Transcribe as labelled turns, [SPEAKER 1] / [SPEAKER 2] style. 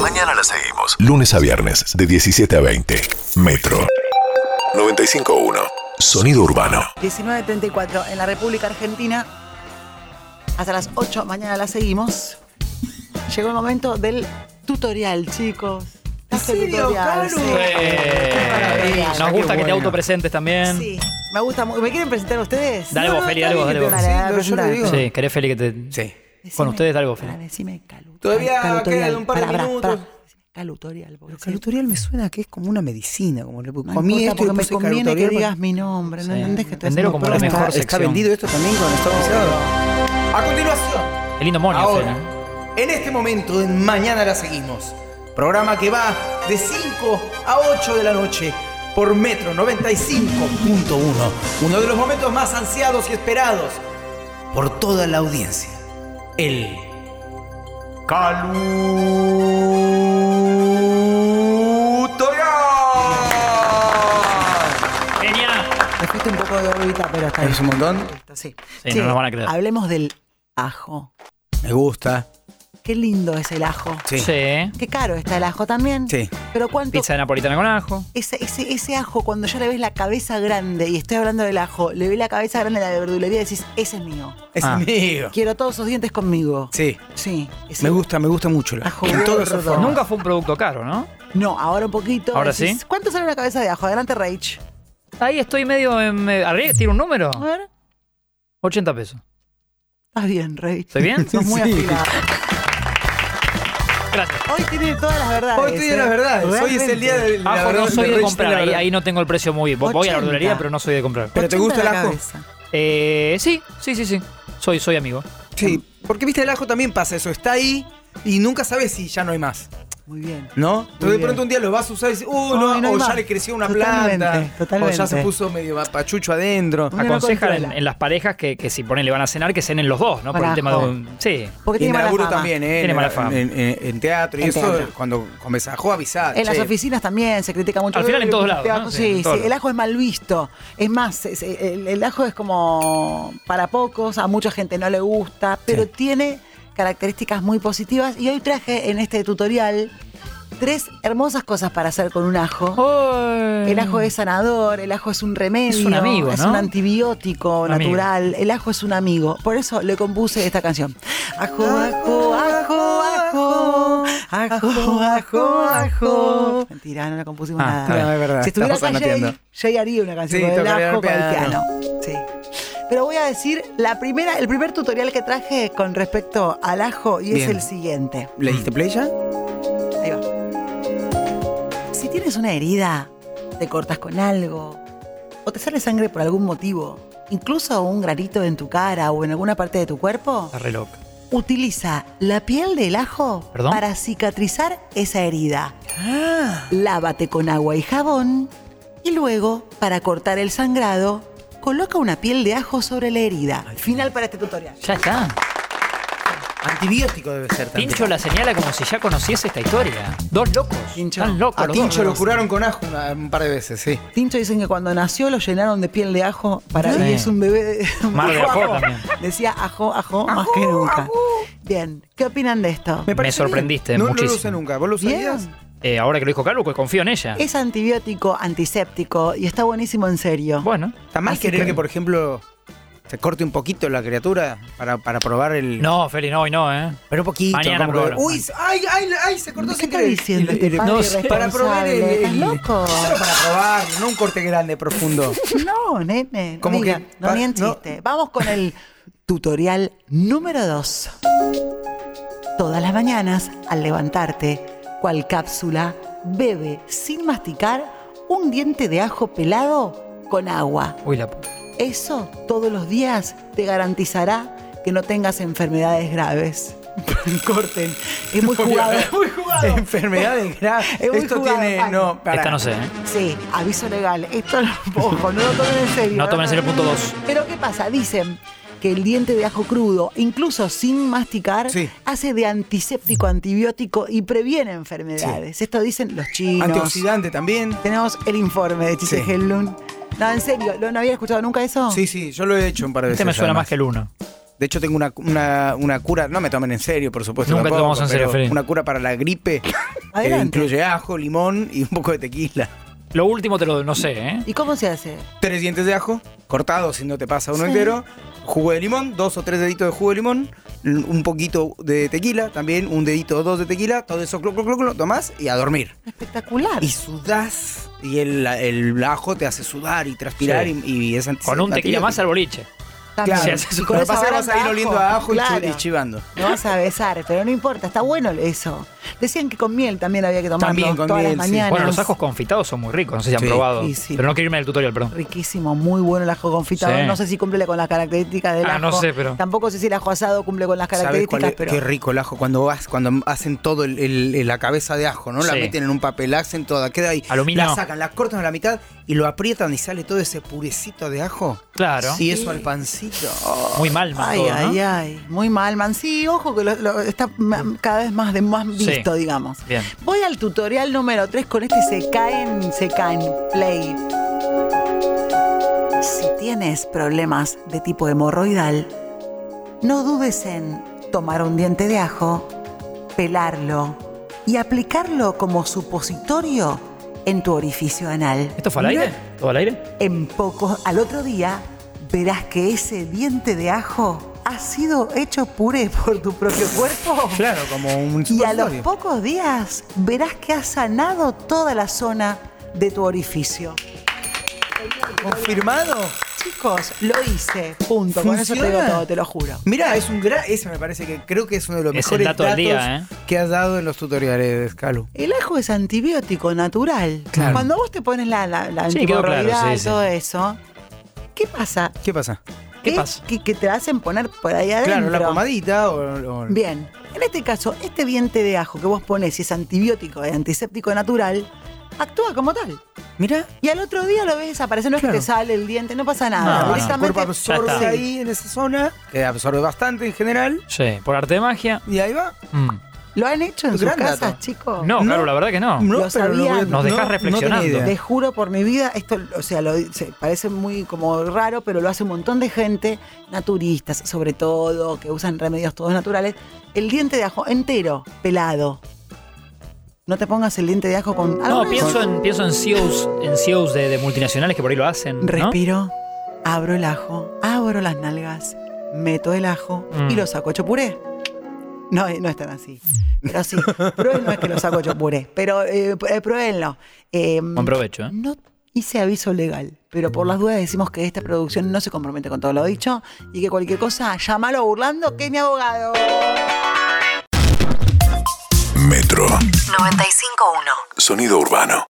[SPEAKER 1] Mañana la seguimos. Lunes a viernes, de 17 a 20. Metro. 95.1. Sonido urbano.
[SPEAKER 2] 19.34 en la República Argentina. Hasta las 8, mañana la seguimos. Llegó el momento del tutorial, chicos. Hace tutorial, sí. Qué maravilla.
[SPEAKER 3] Nos gusta que te autopresentes también.
[SPEAKER 2] Sí, me gusta mu- ¿Me quieren presentar a ustedes?
[SPEAKER 3] Dale vos, Feli, dale vos, dale vos.
[SPEAKER 2] Vale, dale,
[SPEAKER 4] yo
[SPEAKER 2] presentar.
[SPEAKER 4] le digo.
[SPEAKER 3] Sí, querés Feli que te.
[SPEAKER 4] Sí.
[SPEAKER 2] Decime-
[SPEAKER 3] Con ustedes dale vos, Feli.
[SPEAKER 2] Pará, decime calutorial.
[SPEAKER 4] Todavía quedan un par de
[SPEAKER 2] Pará, pará,
[SPEAKER 4] minutos.
[SPEAKER 2] pará. Calutorial. porque
[SPEAKER 4] Pero
[SPEAKER 2] sí.
[SPEAKER 4] calutorial me suena que es como una medicina. Como le,
[SPEAKER 2] No importa,
[SPEAKER 4] comí esto y
[SPEAKER 2] porque
[SPEAKER 4] le
[SPEAKER 2] me
[SPEAKER 4] puse
[SPEAKER 2] conviene que
[SPEAKER 4] calutorial.
[SPEAKER 2] digas mi nombre. ¿No
[SPEAKER 3] Sí.
[SPEAKER 2] entendés que te
[SPEAKER 3] Entendelo
[SPEAKER 2] hacemos
[SPEAKER 3] como la
[SPEAKER 2] probar?
[SPEAKER 4] está,
[SPEAKER 3] mejor
[SPEAKER 4] está
[SPEAKER 3] sección.
[SPEAKER 4] vendido esto también con estado oxidado. A continuación.
[SPEAKER 3] El lindo moño,
[SPEAKER 4] Ahora,
[SPEAKER 3] Feli.
[SPEAKER 4] en este momento, en Mañana la seguimos. Programa que va de 5 a 8 de la noche por Metro 95.1. Uno de los momentos más ansiados y esperados por toda la audiencia. El Calutorial.
[SPEAKER 3] Genia.
[SPEAKER 2] Me fuiste un poco de órbita, pero está bien.
[SPEAKER 4] un montón?
[SPEAKER 2] Está, Sí,
[SPEAKER 3] Sí,
[SPEAKER 2] Che,
[SPEAKER 3] no nos van a creer.
[SPEAKER 2] Hablemos del ajo.
[SPEAKER 4] Me gusta.
[SPEAKER 2] Qué lindo es el ajo.
[SPEAKER 4] Sí.
[SPEAKER 3] Sí.
[SPEAKER 2] Qué caro está el ajo también.
[SPEAKER 4] Sí.
[SPEAKER 2] Pero cuánto.
[SPEAKER 3] Pizza de napolitana con ajo.
[SPEAKER 2] Ese, ese, ese ajo, cuando ya le ves la cabeza grande, y estoy hablando del ajo, le ves la cabeza grande a la verdulería y decís, ese es mío.
[SPEAKER 4] Es
[SPEAKER 3] Ah.
[SPEAKER 4] mío.
[SPEAKER 2] Quiero todos esos dientes conmigo.
[SPEAKER 4] Sí.
[SPEAKER 2] Sí. ese-
[SPEAKER 4] Me gusta, me gusta mucho la
[SPEAKER 2] Ajo,
[SPEAKER 4] en todos
[SPEAKER 2] gordo.
[SPEAKER 4] esos formatos.
[SPEAKER 3] Nunca fue un producto caro, ¿no?
[SPEAKER 2] No, ahora un poquito.
[SPEAKER 3] Ahora
[SPEAKER 2] decís,
[SPEAKER 3] sí.
[SPEAKER 2] ¿Cuánto sale una cabeza de ajo? Adelante, Rage.
[SPEAKER 3] Ahí estoy medio en. eh, ¿Arriba? ¿Tiro un número?
[SPEAKER 2] A ver.
[SPEAKER 3] 80 pesos.
[SPEAKER 2] Estás bien, Rage.
[SPEAKER 3] ¿Estoy bien?
[SPEAKER 2] Sos muy
[SPEAKER 4] Sí.
[SPEAKER 2] afilado.
[SPEAKER 3] Gracias.
[SPEAKER 2] Hoy tiene todas las verdades.
[SPEAKER 4] Hoy
[SPEAKER 2] ¿eh?
[SPEAKER 4] tiene las verdades. Hoy es el día
[SPEAKER 2] Realmente.
[SPEAKER 4] del. la
[SPEAKER 3] Ajo
[SPEAKER 4] verdad,
[SPEAKER 3] no soy
[SPEAKER 4] del
[SPEAKER 3] de
[SPEAKER 4] rey
[SPEAKER 3] comprar,
[SPEAKER 4] la
[SPEAKER 3] ahí,
[SPEAKER 4] verdad.
[SPEAKER 3] ahí no tengo el precio muy bien. Voy a
[SPEAKER 2] 80.
[SPEAKER 3] la verdulería, pero no soy de comprar.
[SPEAKER 4] ¿Pero te
[SPEAKER 2] 80
[SPEAKER 4] gusta
[SPEAKER 2] de
[SPEAKER 4] el ajo?
[SPEAKER 2] cabeza.
[SPEAKER 3] Eh, sí, sí, sí, sí. Soy, soy amigo.
[SPEAKER 4] Sí, porque viste, el ajo también pasa eso. Está ahí y nunca sabes si ya no hay más.
[SPEAKER 2] Muy bien.
[SPEAKER 4] ¿No? Entonces de
[SPEAKER 2] bien.
[SPEAKER 4] pronto un día lo vas a usar y dices, uh, no,
[SPEAKER 2] Ay, no hay
[SPEAKER 4] o ya
[SPEAKER 2] más.
[SPEAKER 4] le creció una
[SPEAKER 2] Totalmente,
[SPEAKER 4] planta. O ya se
[SPEAKER 2] totalmente.
[SPEAKER 4] puso medio pachucho adentro.
[SPEAKER 3] Mm.
[SPEAKER 2] Una
[SPEAKER 3] Aconsejan en,
[SPEAKER 2] controla.
[SPEAKER 3] en las parejas que, que si ponen, le van a cenar, que cenen los dos, ¿no? Por
[SPEAKER 2] Con
[SPEAKER 3] el tema de
[SPEAKER 2] ajo.
[SPEAKER 3] un. Sí.
[SPEAKER 2] Porque
[SPEAKER 4] Y
[SPEAKER 2] tiene
[SPEAKER 4] en
[SPEAKER 2] mala
[SPEAKER 4] laburo
[SPEAKER 2] fama.
[SPEAKER 4] también, ¿eh?
[SPEAKER 3] Tiene
[SPEAKER 4] En-
[SPEAKER 3] mala fama.
[SPEAKER 4] En, en- en teatro y
[SPEAKER 2] En
[SPEAKER 4] eso,
[SPEAKER 2] teatro.
[SPEAKER 4] cuando comés ajo, avisá.
[SPEAKER 2] En las
[SPEAKER 4] che.
[SPEAKER 2] oficinas también se critica mucho.
[SPEAKER 3] Al final en
[SPEAKER 2] Eh,
[SPEAKER 3] todos
[SPEAKER 2] te
[SPEAKER 3] lados,
[SPEAKER 2] ajo-
[SPEAKER 3] ¿no? Sí, en
[SPEAKER 2] Sí, sí,
[SPEAKER 3] todos
[SPEAKER 2] el
[SPEAKER 3] lados.
[SPEAKER 2] ajo es mal visto. Es más, es- eh, el, el ajo es como para pocos, a mucha gente no le gusta, pero tiene características muy positivas. Y hoy traje en este tutorial tres hermosas cosas para hacer con un ajo. El ajo es sanador, el ajo es un remedio,
[SPEAKER 3] Es un amigo,
[SPEAKER 2] es
[SPEAKER 3] ¿no?
[SPEAKER 2] un antibiótico
[SPEAKER 3] Un amigo.
[SPEAKER 2] natural, el ajo es un amigo. Por eso le compuse esta canción. Ajo, ajo, ajo, ajo, ajo, ajo, ajo. Mentira, no la compusimos
[SPEAKER 3] Ah,
[SPEAKER 2] nada.
[SPEAKER 3] está bien.
[SPEAKER 4] No, es verdad.
[SPEAKER 2] Si estuviera
[SPEAKER 4] Tampoco
[SPEAKER 2] acá
[SPEAKER 4] no
[SPEAKER 2] Jay,
[SPEAKER 4] entiendo.
[SPEAKER 2] Jay haría una canción
[SPEAKER 4] Sí,
[SPEAKER 2] con el
[SPEAKER 4] tocaría
[SPEAKER 2] ajo
[SPEAKER 4] el
[SPEAKER 2] con el piano.
[SPEAKER 4] piano.
[SPEAKER 2] Sí. Pero voy a decir la primera, el primer tutorial que traje con respecto al ajo y es
[SPEAKER 4] Bien.
[SPEAKER 2] el siguiente.
[SPEAKER 4] ¿Le diste play ya?
[SPEAKER 2] Ahí va. Si tienes una herida, te cortas con algo, o te sale sangre por algún motivo, incluso un granito en tu cara o en alguna parte de tu cuerpo,
[SPEAKER 3] Está re loca.
[SPEAKER 2] utiliza la piel del ajo
[SPEAKER 3] ¿Perdón?
[SPEAKER 2] para cicatrizar esa herida.
[SPEAKER 4] Ah.
[SPEAKER 2] Lávate con agua y jabón y luego, para cortar el sangrado, coloca una piel de ajo sobre la herida. Final para este tutorial.
[SPEAKER 3] Ya está.
[SPEAKER 4] Antibiótico debe ser también.
[SPEAKER 3] Pincho la señala como si ya conociese esta historia. Dos locos.
[SPEAKER 2] Pincho.
[SPEAKER 3] Están locos.
[SPEAKER 4] A
[SPEAKER 3] los
[SPEAKER 4] Tincho lo
[SPEAKER 3] dos.
[SPEAKER 4] curaron con ajo una- un par de veces, sí.
[SPEAKER 2] Tincho dicen que cuando nació lo llenaron de piel de ajo para
[SPEAKER 3] Sí.
[SPEAKER 2] y es un bebé de un
[SPEAKER 3] Mar de ajo también.
[SPEAKER 2] Decía ajo, ajo, más que nunca. Bien, ¿qué opinan de esto?
[SPEAKER 3] Me
[SPEAKER 4] parece bien.
[SPEAKER 3] sorprendiste
[SPEAKER 4] no, No lo
[SPEAKER 3] muchísimo.
[SPEAKER 4] usé nunca. ¿Vos lo usarías?
[SPEAKER 2] ¿Vieron?
[SPEAKER 3] Eh, ahora que lo dijo Calu, que confío en ella.
[SPEAKER 2] Es antibiótico, antiséptico y está buenísimo en serio.
[SPEAKER 3] Bueno.
[SPEAKER 4] ¿Está mal
[SPEAKER 2] Así
[SPEAKER 4] querer
[SPEAKER 2] que-
[SPEAKER 4] que, por ejemplo, se corte un poquito la criatura para, para probar el.
[SPEAKER 3] No, Feli, no, hoy no, ¿eh.
[SPEAKER 4] Pero poquito.
[SPEAKER 3] Mañana
[SPEAKER 4] como que-
[SPEAKER 3] probalo.
[SPEAKER 4] Uy, ay, ay, ay, se cortó
[SPEAKER 2] ¿Qué
[SPEAKER 4] sin
[SPEAKER 2] está
[SPEAKER 4] querer.
[SPEAKER 2] diciendo
[SPEAKER 4] Y le-
[SPEAKER 2] este
[SPEAKER 4] y le-
[SPEAKER 2] padre
[SPEAKER 3] no sé.
[SPEAKER 2] irresponsable?
[SPEAKER 4] Para probar el. el-
[SPEAKER 2] ¿Estás loco?
[SPEAKER 4] Claro, para probar, no un corte grande, profundo.
[SPEAKER 2] No, nene.
[SPEAKER 4] Como
[SPEAKER 2] Como
[SPEAKER 4] que-
[SPEAKER 2] no
[SPEAKER 4] pa-
[SPEAKER 2] ni en
[SPEAKER 4] no.
[SPEAKER 2] chiste. Vamos con el tutorial número 2. Todas las mañanas, al levantarte, cual cápsula, bebe sin masticar un diente de ajo pelado con agua.
[SPEAKER 3] Uy, la puta.
[SPEAKER 2] Eso todos los días te garantizará que no tengas enfermedades graves. Corten. Es muy jugado. Es muy jugado.
[SPEAKER 4] Enfermedades graves.
[SPEAKER 2] Es muy
[SPEAKER 4] Esto
[SPEAKER 2] jugado,
[SPEAKER 4] tiene.
[SPEAKER 2] Pablo.
[SPEAKER 4] No, para.
[SPEAKER 3] Esta no sé, ¿eh?
[SPEAKER 2] Sí, aviso legal. Esto, ojo, no lo tomen en serio.
[SPEAKER 3] No tomen en serio punto dos.
[SPEAKER 2] Pero ¿qué pasa? Dicen que el diente de ajo crudo, incluso sin masticar,
[SPEAKER 4] Sí.
[SPEAKER 2] hace de antiséptico, antibiótico y previene enfermedades. Esto dicen los chinos.
[SPEAKER 4] Antioxidante también.
[SPEAKER 2] Tenemos el informe de Chiche
[SPEAKER 4] Sí.
[SPEAKER 2] Hellun. No, en serio, ¿lo- ¿no había escuchado nunca eso?
[SPEAKER 4] Sí, sí, yo lo he hecho un par de veces.
[SPEAKER 3] Este me suena
[SPEAKER 4] además.
[SPEAKER 3] más que el uno.
[SPEAKER 4] De hecho, tengo una, una- una cura, no me tomen en serio, por supuesto.
[SPEAKER 3] Nunca te
[SPEAKER 4] tampoco,
[SPEAKER 3] tomamos en serio,
[SPEAKER 4] pero
[SPEAKER 3] Feli.
[SPEAKER 4] Una cura para la gripe que
[SPEAKER 2] Adelante.
[SPEAKER 4] incluye ajo, limón y un poco de tequila.
[SPEAKER 3] Lo último te lo no sé, ¿eh?
[SPEAKER 2] ¿Y cómo se hace?
[SPEAKER 4] Tres dientes de ajo, cortados si no te pasa uno
[SPEAKER 2] Sí.
[SPEAKER 4] entero. Jugo de limón, dos o tres deditos de jugo de limón. l- Un poquito de tequila, también un dedito o dos de tequila. Todo eso, clu, clu, clu, clu, tomás y a dormir.
[SPEAKER 2] Espectacular.
[SPEAKER 4] Y sudás. Y el, el ajo te hace sudar y transpirar
[SPEAKER 3] Sí.
[SPEAKER 4] y, y es anti-
[SPEAKER 3] Con un tequila
[SPEAKER 4] antibiótico.
[SPEAKER 3] más al boliche.
[SPEAKER 2] También.
[SPEAKER 3] Sí, haces
[SPEAKER 2] Y
[SPEAKER 3] un-
[SPEAKER 2] con
[SPEAKER 4] Lo que
[SPEAKER 2] esa
[SPEAKER 4] pasa es que vas
[SPEAKER 2] baranda
[SPEAKER 4] a ir oliendo a ajo y chu-
[SPEAKER 2] claro.
[SPEAKER 4] y chivando.
[SPEAKER 2] Me vas a besar, pero no importa, está bueno eso. Decían que con miel también había que tomarlo
[SPEAKER 4] También con
[SPEAKER 2] todas
[SPEAKER 4] miel,
[SPEAKER 2] las
[SPEAKER 4] sí.
[SPEAKER 2] mañanas.
[SPEAKER 3] Bueno, los ajos confitados son muy ricos, no sé si han
[SPEAKER 4] Sí,
[SPEAKER 3] probado.
[SPEAKER 2] Ah, sí, sí.
[SPEAKER 3] Pero no quiero irme del tutorial, perdón.
[SPEAKER 2] Riquísimo, muy bueno el ajo confitado.
[SPEAKER 3] Sí.
[SPEAKER 2] No sé si cumple con las características del
[SPEAKER 3] Ah,
[SPEAKER 2] ajo.
[SPEAKER 3] no sé, pero-
[SPEAKER 2] Tampoco sé si el ajo asado cumple con las
[SPEAKER 4] ¿Sabes cuál
[SPEAKER 2] características,
[SPEAKER 4] es?
[SPEAKER 2] pero.
[SPEAKER 4] Qué rico el ajo cuando vas, cuando hacen todo el, el- el- la cabeza de ajo, ¿no? La
[SPEAKER 3] Sí.
[SPEAKER 4] meten en un papel, la hacen toda, queda ahí.
[SPEAKER 3] Aluminio.
[SPEAKER 4] La sacan, la cortan a la mitad y lo aprietan y sale todo ese purecito de ajo.
[SPEAKER 3] Claro.
[SPEAKER 4] Sí, eso al pancito. Oh,
[SPEAKER 3] Muy mal, más
[SPEAKER 2] Ay,
[SPEAKER 3] todo, ¿no?
[SPEAKER 2] ay, ay. Muy mal, man. Sí, ojo que lo- lo- está ma- cada vez más de más
[SPEAKER 3] Sí.
[SPEAKER 2] visto, digamos.
[SPEAKER 3] Bien.
[SPEAKER 2] Voy al tutorial número 3 con este se caen, se caen. Play. Si tienes problemas de tipo hemorroidal, no dudes en tomar un diente de ajo, pelarlo y aplicarlo como supositorio en tu orificio anal.
[SPEAKER 3] ¿Esto fue al aire? ¿Todo al aire?
[SPEAKER 2] En pocos, al otro día, verás que ese diente de ajo ha sido hecho puré por tu propio cuerpo.
[SPEAKER 4] Claro, como un
[SPEAKER 2] Y a los
[SPEAKER 4] supositorio.
[SPEAKER 2] pocos días verás que has sanado toda la zona de tu orificio.
[SPEAKER 4] confirmado.
[SPEAKER 2] Chicos, lo hice. Punto. Con eso te digo
[SPEAKER 4] Funciona.
[SPEAKER 2] todo, te lo juro.
[SPEAKER 4] Mira, es un gran, ese me parece que creo que es uno de los
[SPEAKER 3] Es el
[SPEAKER 4] mejores
[SPEAKER 3] dato del
[SPEAKER 4] datos
[SPEAKER 3] día, ¿eh?
[SPEAKER 4] que has dado en los tutoriales, Calu.
[SPEAKER 2] El ajo es antibiótico natural.
[SPEAKER 4] Claro.
[SPEAKER 2] Cuando vos te pones la, la, la
[SPEAKER 3] Sí, quedó claro,
[SPEAKER 2] antihemorroidal,
[SPEAKER 3] sí, sí.
[SPEAKER 2] todo eso, ¿qué pasa?
[SPEAKER 4] ¿Qué pasa?
[SPEAKER 3] ¿Qué pasa?
[SPEAKER 2] Que, que te hacen poner por ahí adentro.
[SPEAKER 4] Claro, la pomadita o, o-
[SPEAKER 2] Bien, en este caso, este diente de ajo que vos pones, si es antibiótico y antiséptico natural, actúa como tal.
[SPEAKER 4] Mira,
[SPEAKER 2] Y al otro día lo ves desaparecer, no
[SPEAKER 4] Claro.
[SPEAKER 2] es que te sale el diente, no pasa
[SPEAKER 3] No,
[SPEAKER 2] nada.
[SPEAKER 3] no,
[SPEAKER 4] Ah, el
[SPEAKER 2] directamente
[SPEAKER 4] cuerpo
[SPEAKER 3] Ah, Ya
[SPEAKER 4] absorbe
[SPEAKER 3] está.
[SPEAKER 4] ahí en esa zona, que absorbe bastante en general,
[SPEAKER 3] Sí, por arte de magia.
[SPEAKER 4] y ahí va.
[SPEAKER 3] Mm.
[SPEAKER 2] ¿Lo han hecho en sus
[SPEAKER 4] Gran dato.
[SPEAKER 2] casas, chicos?
[SPEAKER 3] No,
[SPEAKER 4] No.
[SPEAKER 3] claro, la verdad que no.
[SPEAKER 4] No,
[SPEAKER 2] Lo
[SPEAKER 4] pero lo voy a-
[SPEAKER 2] sabían.
[SPEAKER 3] Nos dejás
[SPEAKER 4] no- no tenía
[SPEAKER 3] reflexionando.
[SPEAKER 4] idea.
[SPEAKER 2] Te juro por mi vida, esto, o sea, lo, se- parece muy como raro, pero lo hace un montón de gente, naturistas sobre todo, que usan remedios todos naturales. El diente de ajo entero, pelado. No te pongas el diente de ajo con... ¿Alguna
[SPEAKER 3] No,
[SPEAKER 2] vez-
[SPEAKER 3] pienso en, pienso en CEOs, en CEOs de, de multinacionales que por ahí lo hacen. ¿no?
[SPEAKER 2] Respiro, abro el ajo, abro las nalgas, meto el ajo y
[SPEAKER 3] Mm.
[SPEAKER 2] lo saco hecho puré. No, eh, no es tan así. Pero sí, prueben, no es que lo saco hecho puré, pero eh, pr- eh, pruébenlo. Eh,
[SPEAKER 3] Buen provecho, ¿eh?
[SPEAKER 2] No hice aviso legal, pero por las dudas decimos que esta producción no se compromete con todo lo dicho y que cualquier cosa, llámalo burlando, que es mi abogado.
[SPEAKER 1] Metro.
[SPEAKER 5] 951.
[SPEAKER 1] Sonido urbano.